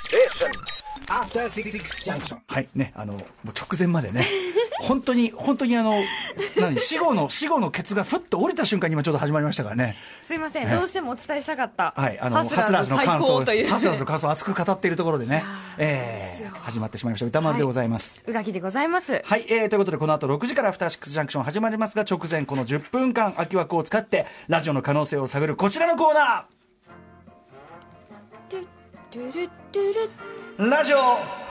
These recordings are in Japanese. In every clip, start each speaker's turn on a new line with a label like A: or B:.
A: Station.
B: After Six Junction.
C: はい、ね、あの、もう直前までね、 本当に、本当にあの、何、死後の、死後のケツがふっと折れた瞬間に今ちょっと始まりましたからね。
D: すいません、
C: ね
D: どうしてもお伝えしたかった、
C: はい、あの、ハ
D: ハ
C: ス
D: ス
C: ラー
D: ラー
C: ズ
D: ズ
C: の
D: の最
C: 感想、
D: 高という、
C: ハスラーズの感想を熱く語っているところでね、えー、始まってしまいました。歌丸でございます。
D: うがきでございます。
C: はい、えー、ということで、この後6時からアフターシックスジャンクション始まりますが、直前この10分間空き枠を使って、ラジオの可能性を探るこちらのコーナ
D: トゥトゥルトゥル
C: ーラジオ、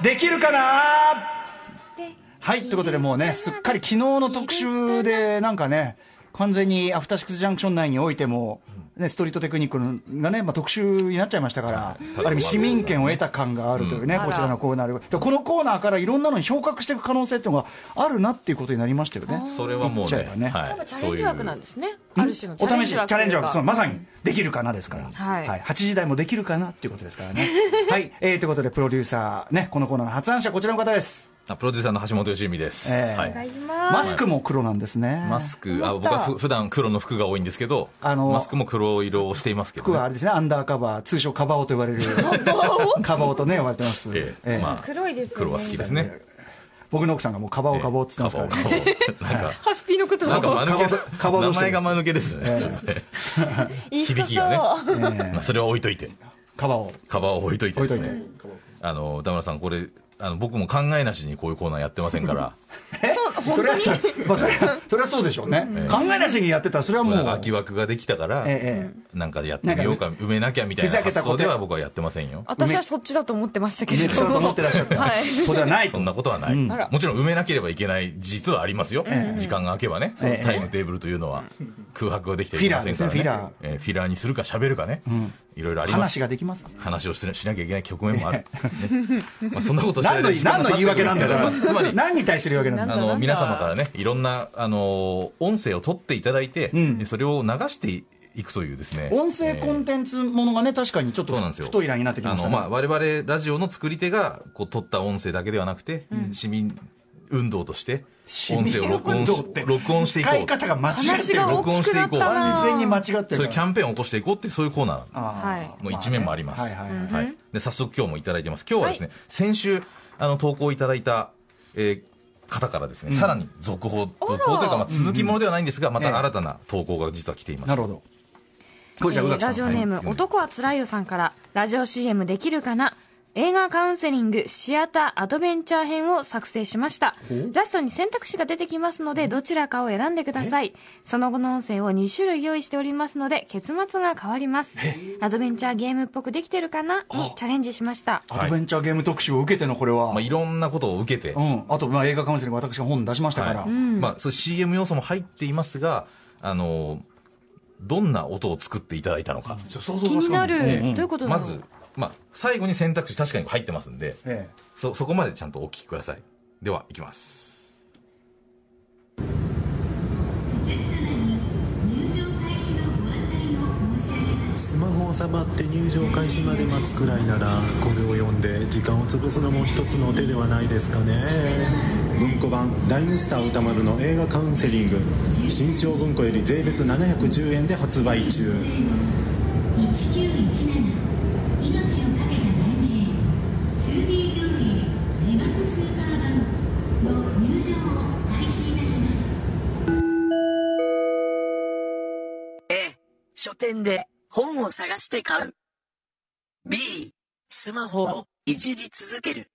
C: できるかな
D: って
C: はい、ということでもうね、すっかり昨日の特集で、なんかね、完全にアフターシックスジャンクション内においても、ね、ストリートテクニックのがね、まあ、特集になっちゃいましたから、ある意味市民権を得た感があるというね、こちらのコーナーで、でこのコーナーからいろんなのに昇格していく可能性っていうのがあるなっていうことになりましたよね。
E: それはも
C: 言
E: う
C: っ
E: ね
C: ちゃえばね
E: は
D: 多分
E: い、
D: チャレンジ枠なんですね。
C: うん
D: ある種の
C: お試し、チャレンジ枠、
D: というか
C: そうまさにできるかなですから、
D: はい
C: 8時台もできるかなっていうことですから ね。はい、えーということで、プロデューサー、ね、このコーナーの発案者、こちらの方です。
E: あプロデューサーの橋本良美です、
C: えー
E: はい、
C: マスクも黒なんですね。
E: マスクあ
D: 思った
E: 僕はふ普段黒の服が多いんですけど
C: あの
E: マスクも黒色をしていますけど、
C: 服
E: ね、
C: はあれですね、アンダーカバー、通称カバオと言われる、カバオとね、呼ばれてます。
E: ええ
C: ええ
E: まあ、
F: 黒いですよね
E: 黒は好きですね、
C: 僕の奥さんがもうカバオカバオって言ってますから、ね
E: ええカバオカバオ なんか
D: ハシピのこと
E: なんか間抜
C: カバカバオ
E: け
C: ど
E: 名
C: うしてで
E: 前が
C: す
E: 間抜けですよね、ちょっとね
D: 言い
E: 響
D: 深
E: き
D: そう。
E: がね、
C: ええ
E: まあ、それは置いといて
C: カバオ。
E: カバーを置いといてです
C: 置い
E: ねあの田村さんこれあの僕も考えなしにこういうコーナーやってませんから
C: それはそう、まあ、それはそれはそうでしょうね、考えなしにやってたら、それはも
E: もう
C: う、
E: 空き枠ができたから、
C: え
E: なんかやってみようか埋めなきゃみたい
C: ふざ
E: な
C: けた
E: 発
C: こと
E: 想では僕はやってませんよ
D: 私はそっちだと思ってましたけ
C: 入
D: れ
C: れ
D: ど
C: てそうと思
D: も
C: ってらっしゃった、
D: はい
C: そうではない
E: そ
C: と
E: ん。なことはない、
D: あら
E: もちろん埋めなければいけない実はありますよ、時間が空けばね、
C: ええ
E: タイムテーブルというのは空白ができていませんから、ね
C: フィラーです
E: ええフィラーにするか喋るかね、いろいろありま
C: 話
E: す
C: ができますか
E: 話をしなしなきゃいけない局面もある、ねまあ、そんなことをして
C: 何の
E: る
C: 何の言い訳なんだよ、だから
E: つまり
C: 何に対してる言い訳なんだ
E: あ
C: よ
E: の皆様からねいろんなあの音声を取っていただいて、でそれを流していくというですね
C: 音声コンテンツものがね、確かにちょっと
E: そうなんですよ
C: 太いラインになってきました
E: あ
C: ね
E: の、まあ、我々ラジオの作り手がこう撮った音声だけではなくて、市民運動として
C: 市
E: 音
C: 民
E: 声を録音
C: 運動
E: し
C: って
E: 録音していこ
C: 使いう方が間違って
D: 話
C: る、
D: が
C: 完
D: 大きくなった
E: 録音
D: な。
C: 全に間違ってるから、
E: そういうキャンペーンを起こしていこうってそういうコーナー
C: あー
D: はい
E: の一面もあります、
C: まあねはいはい
E: はいで早速今日もいただいてます今日はですね、先週あの投稿いただいた、えー方からですね、さらに続報続報というか、まあ、続きものではないんですが、ま
C: ええ
E: た新たな投稿が実は来ています、
C: なるほど。これじゃあ、
D: え
C: 宇
D: ー
C: 垣さん
D: ラジオネーム、男はつらいよさんからラジオ CM できるかな映画カウンセリングシアターアドベンチャー編を作成しましたラストに選択肢が出てきますのでどちらかを選んでくださいその後の音声を2種類用意しておりますので結末が変わりますアドベンチャーゲームっぽくできてるかなにチャレンジしました
C: アドベンチャーゲーム特集を受けてのこれは、
E: まあ、いろんなことを受けて、
C: うん、あとまあ映画カウンセリング私が本出しましたから、
E: はいまあ、そう CM 要素も入っていますがあのどんな音を作っていただいたのか、
C: ちょ想像がつか
D: 気になる、
C: ええ
D: どういうことだ
E: ま
D: ろう、
E: ず、まあ、最後に選択肢確かに入ってますんで
C: え
E: そそこまでちゃんとお聞きくださいではいきます
G: スマホを触って入場開始まで待つくらいならこれを読んで時間を潰すのも一つの手ではないですかね文庫版「ライムスター歌丸の映画カウンセリング」新潮文庫より税別710円で発売中
H: 書店で本を探して買う。B、スマホをいじり続ける。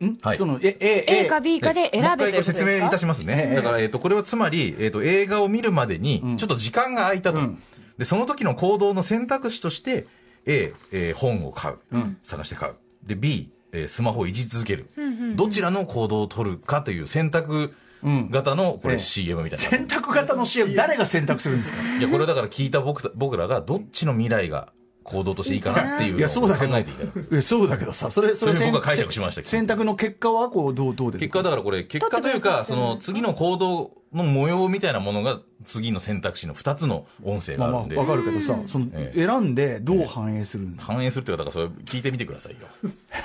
C: えん
E: はい
C: そのえ A,
D: A か B かで選べと
E: もう一回こ
D: いうこ
E: れ
D: と
E: 説
D: で
E: 明
D: す
E: いた
D: か
E: しますね、
C: ええ
E: だから、えっとこれはつまり、えっと映画を見るまでに
C: ん
E: ちょっと時間が空いたと、
C: うん
E: でその時の行動の選択肢として A、えー本を買う、
C: うん
E: 探して買うで B、えースマホをいじり続ける、どちらの行動を取るかという選択型のこ
C: ええ
E: れ CM みたいな、
C: 選択型の CM 誰が選択するんですか
E: いや、これだから聞いた僕た僕らがどっちの未来が行動としていいかなっていう
C: い
E: の
C: や
E: を
C: そう
E: 考
C: だけど
E: えていただく。
C: いやそうだけどさそれそれ
E: それ
C: 選
E: 僕は解釈しましたけど
C: 選択の結果はこうどうどうです
E: 結果だからこれ、結果というか、その次の行動の模様みたいなものが次の選択肢の2つの音声が
C: まあま
E: ある
C: あ
E: んで、
C: わかるけどさその
E: ええ
C: 選んでどう反映するんだ
E: 反映するっていうか、だからそれ聞いてみてくださいよ。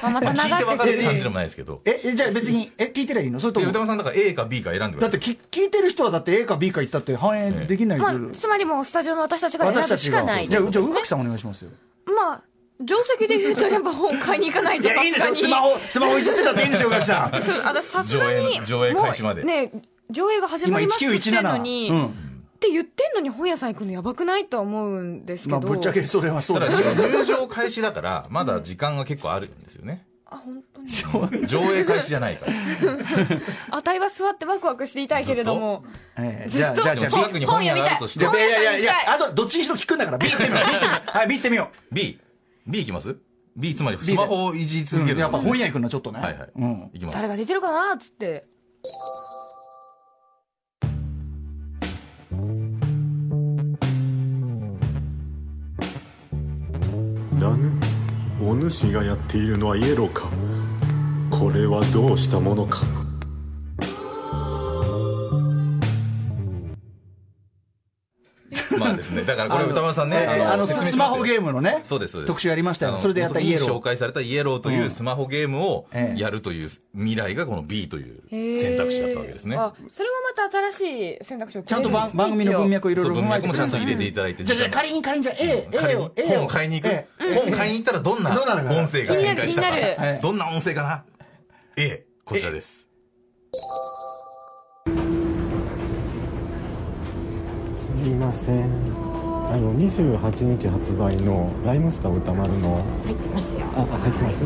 D: まあまた流
E: 聞いてわか
D: して
E: る感じでもないですけど。
C: ええじゃあ別にえ聞いてりゃいいのそれと
E: いや
C: も
E: 歌
C: だ
E: 丸さんだから A か B か選んでくだ
C: っ
E: さ
C: て
E: い。
C: き聞いてる人はだって A か B か言ったって反映できない
D: ま
C: ルー
D: あ、
C: ル
D: つまりもうスタジオの私たちが
C: 私
D: 選
C: た
D: ぶ
C: ち
D: しか
C: が
D: ない
C: じゃあ
D: という
C: じゃあ
D: こ
C: 宇
D: とです
C: 垣さ
D: ね
C: んお願いしますよ
D: まあ、定石で言うとやっぱ本買いに行かない
C: い
D: と
C: や、いいでしょ、
D: さ
C: ス
D: すがに
C: マホ、スマホいじってたっていいんですよ、宇垣 さん。
D: そう私さすがに
E: 上映上映開始まで
D: もうね上映が始まりますって言ってんのに、
C: 今1917うん
D: って言ってんのに本屋さん行くのやばくないとは思うんですけ
C: ま
D: ど、
C: あ、ぶっちゃけそれはそう
E: た
C: だ
E: だ
C: けど。
E: 入場開始だから、まだ時間が結構あるんですよね。
D: あ本当に
E: 上映開始じゃないから。
D: あたいは座ってワクワクしていたいけれども
C: ええじゃあ、じゃあ、じゃあ、じ
E: ずっと
C: ゃ
E: 近くに本屋があるとして
C: あ
D: 本
C: いやいや
D: 屋
C: い
D: さん行き
C: や、
D: た
C: あ
D: い
C: と、どっちにしろ聞くんだから、B 行ってみよう。B 行 ってみよう。はい、B 行ってみよ
E: B。B いきます ?B つまりスマホをいじり
C: う。
E: 続
C: う
E: け
C: ん
E: る。
C: やっぱ本屋行くのちょっとね。
E: はいはい。
C: うん。
E: いきます。
D: 誰が出てるかなっつって
G: だぬお主がやっているのはイエローかこれはどうしたものか
E: まあですね。だからこれ歌丸さんね。
C: ええあの、
E: 説明しま
C: スマ
E: すよ
C: ホゲームのね、
E: そうです、そうです。
C: 特集やりました
E: あ
C: よ。
E: の
C: それでやった
E: 本当に
C: イエロ
E: 紹
C: ー。
E: 介されたイエローといううんスマホゲームを
C: ええ
E: やるという未来がこの B という選択肢だったわけですね。
D: あそれはまた新しい選択肢をく
C: ちゃ
D: れ
C: ん
D: る
C: と
D: ですね
C: 番番組の文脈をいろい
E: そう
C: ろ
E: 文
C: 踏まえ
E: 脈
C: て
E: も
C: く
E: ちゃんと入れて
C: い
E: いただいて。
C: じゃあ、じゃあ、仮に仮にじゃあ、A、A
E: 仮に
C: を、A を。
E: 本を買いに行く
C: え。
E: 本を買いに行ったらどんな
C: どうなるかな
E: 音声が展開した
D: 気になる
C: な
D: 気に
E: か。
C: る
E: どんな音声かな ?A、こちらです。
A: すみませんあの28日発売の「ライムスター歌丸」の入ってますよああ入ってます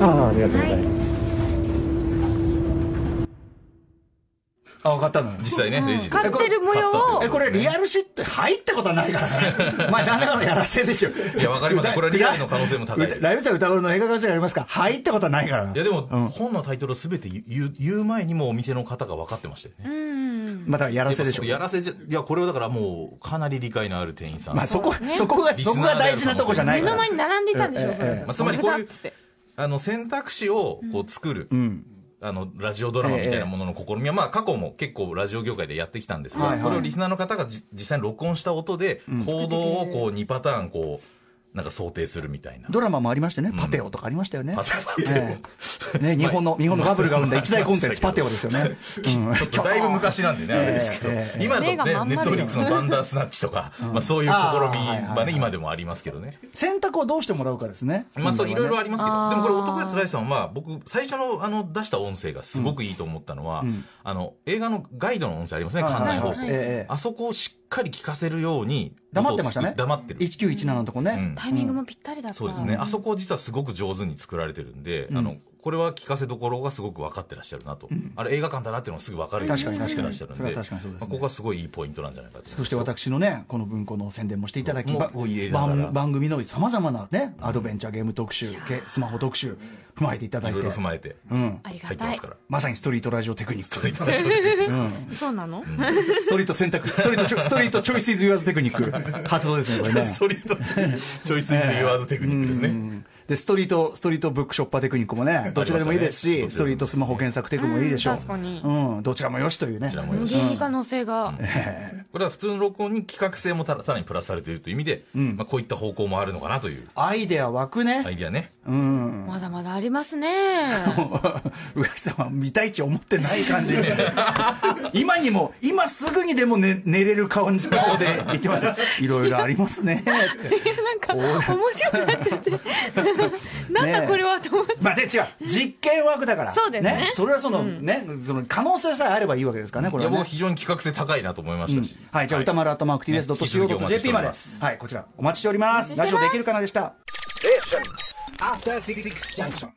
A: ああありがとうございます、
C: あ、分かったのよ。
E: 実際ね、レジで。
D: 買ってる模様を
C: え、これリアルシット入ったことはないから ね。まあ、ダメなのやらせでしょ。い
E: やわかりますこれリアルの可能性も高いです
C: ライブさん歌うの映画化してありますか入ったことはないから。
E: いやでも、
C: うん
E: 本のタイトルを全て言う言う前にもうお店の方が分かってましたよね。
C: またやらせでしょ。
E: やらせじゃ、いや、これはだからもう、かなり理解のある店員さん。
C: まあ、そこ、そこが、
E: リス
C: そこ
E: ナーで
C: が
E: ある可能性
C: 大事なとこじゃない
D: 目
C: か
D: の
C: ら。
D: 前に並んでいたんでしょそれ
E: まあ、つまりこうい
D: 負け
E: う
D: たっつって、
E: あの、選択肢をこう作る、あの、ラジオドラマみたいなものの試みは、まあ、過去も結構ラジオ業界でやってきたんですが、
C: はいはい
E: これをリスナーの方がじ実際に録音した音で、行動をこう、2パターン、こう、なんか想定するみたいな。
C: ドラマもありましてね、パテオとかありましたよね。
E: え
C: ええね、日本の、日本のバブルが 生んだ一大コンテンツ、パテオですよね。
E: ちょっとだいぶ昔なんでね、あれですけど、今の
D: 目がまん
E: ね、ネッ
D: 丸よ
E: トフリックスのバンダースナッチとか、まあそういう試みはね、今でもありますけどね。
C: 選択をどうしてもらうかですね。
E: まあそう、いろいろありますけど、でもこれ、
D: あー
E: 男やつらいさんは、僕、最初のあの出した音声がすごくいいと思ったのは、あの、映画のガイドの音声ありますね、
C: はいはい
E: 館内放送
C: はいはいええ。
E: あそこをしっかり聞かせるように、
C: 黙ってましたね。
E: 黙ってる。
C: 1917のとこ
E: う
C: ね
E: ん。
D: タイミングもぴったりだった
E: そうですね。あそこを実はすごく上手に作られてるんで、あの、これは聞かせどころがすごく分かってらっしゃるなと。あれ映画館だなっていうのがすぐ分かるように
C: 確かに確かに
E: 作ってらっし
C: そ
E: ゃるんで。
C: れは確かにそうですね
E: まあここがすごいいいポイントなんじゃないかと思います。
C: そして私のね、この文庫の宣伝もしていただき、
E: もう
C: ば
E: こう入れながら
C: 番番組のさまざまなね、アドベンチャーゲーム特集、けスマホ特集、踏まえていただ
E: い
C: い
E: ろ
C: て
E: いろ、踏まえて
C: うん、
D: ありが
E: 入って
D: た
E: ま
D: い
E: すから。
C: まさにストリートラジオテクニック、
D: そうなの
C: ストリート選択、スト リートチョ、ストリートチョイスイズユアーズテクニック、発動ですね、これね。
E: ストリートチョイスイズユアーズテクニックですね。
C: で、ストリート、ストリートブックショッパーテクニックもね、どちらでもいいです
E: あ
C: し、
E: りましたね
C: ストリートスマホ検索テクもいいでしょう。
D: うん確かに
C: うん、どちらもよしというね。
E: らも
D: 無限に可能性が、
E: これは普通の録音に企画性もたさらにプラスされているという意味で、まあ、こういった方向もあるのかなという
C: アイデア湧くね。
E: アイディアね。
D: まだまだありますね
C: うがきさんは見たいち思ってない感じで今にも今すぐにでも寝寝れる顔に顔で言ってますいろいろありますねって
D: なんか面白くなっちゃってなんだこれはと思って
C: まあで違う実験枠だから
D: そうですね
C: それはその、ねその可能性さえあればいいわけですからねこ
E: い
C: れ
E: や
C: はね
E: 僕は非常に企画性高いなと思いましたし、
C: はいじゃあ歌丸アットマーク TBS.CO.JP まで
E: ね
C: はいこちらお待ちしておりますラジオできるかなでした
B: After Six Junction.